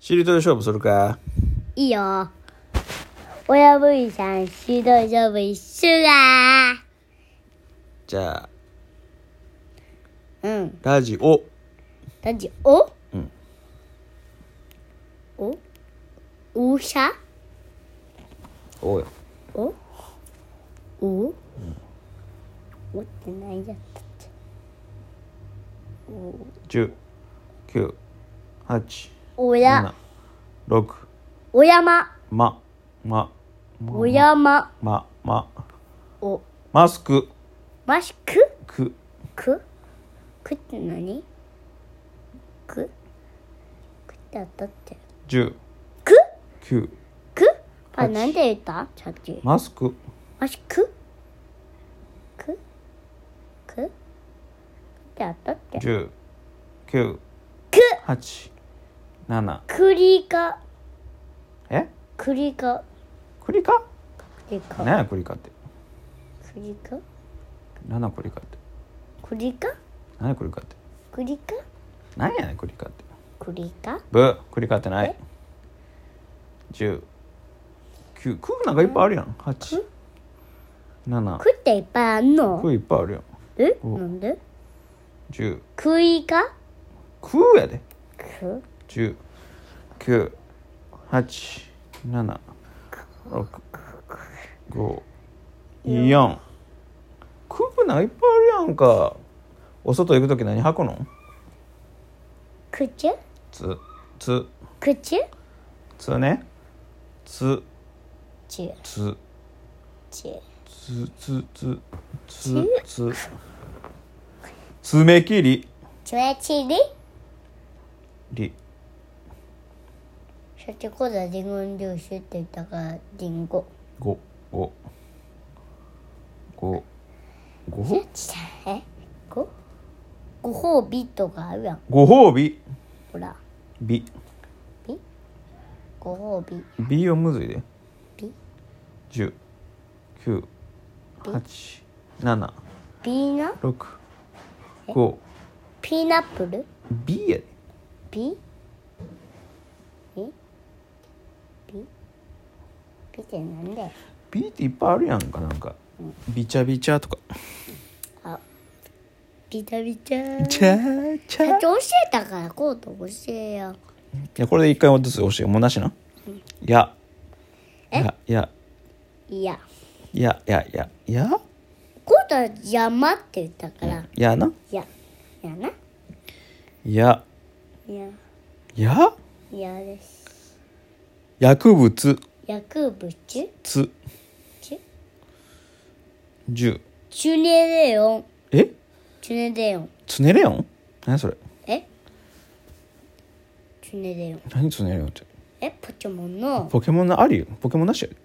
しりとり勝負するかいいよ。親分さん、しどい勝負一緒だ。じゃあうん。ラジオラジオうんおおしゃおうよおおおってないやったっけ10987おや、 6おやま、まままおやま、ままお、マスクマシクくくくって何くくって当たってる。 109くくあ、なんで言ったさっき。マスクマシクくくくって当たってる。く10987クリカえクリカクリカクリカ何やクリカってクリカ何やクリカってクリカ何やクリカってクリカ何やねんクリカってクリカブ繰り返ってない109クなんかいっぱいあるやん8 7クっていっぱいあんのクいっぱいあるやんえなんで10クリカクやでク1 9 8 7 6 5 4クープなんかいっぱいあるやんかお外行く時何履くのクチュつつクチュつねつチュつチュつつつつつ爪切りチュエチリりそして今度はリンゴのジュースって言ったからリンゴごごごごちょちょえごご褒美とかあるやんご褒美ほら美ご褒美美をむずいで美十九八七ピーナ六五ピーナップル美やでピピピピってなんだよ美っていっぱいあるやんかなんかびちゃびちゃとかあビタビタちゃーち社ゃーい長教えたから今度教えよやこれで一回ずつ教えようもうなしなやややういやいやいやいやいや今度は山って言ったからいやないやいやないやいいややいやです薬物薬物チつュじゅチュネレオンえチュネレオンツネレオン何それえチュネレオン何ツネレオンってえポケモンのポケモンのありよポケモンなしやで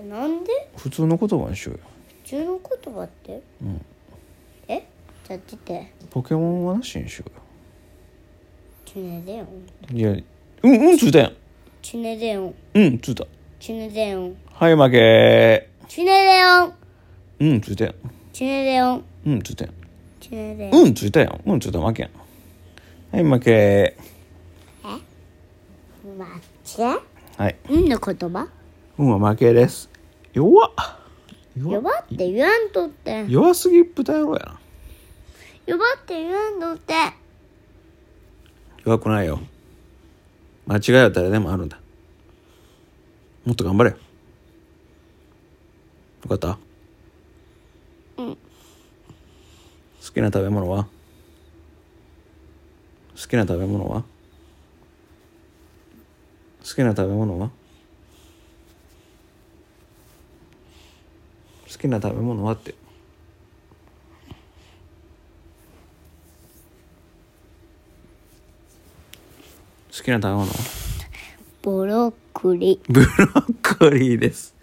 えなんで普通の言葉にしようよ普通の言葉って、えじゃあ出てポケモンはなしにしよチュネレオンうよいやうんうんついたやんチュネレオンうんついたチュネレオンはい負けチュネレオンうんついたやんチュネレオンうんついたやんチュネレオンうんついたやんうんついた負けやんはい負け待って。はいうんの言葉うんは負けです弱っ呼弱っばって言わんとって。弱すぎ豚野郎やな呼ばって言わんとって。弱くないよ間違いは誰でもあるんだもっと頑張れよかったうん好きな食べ物は好きな食べ物は好きな食べ物は好きな食べ物はって好きな食べ物はブロッコリー。ブロッコリーです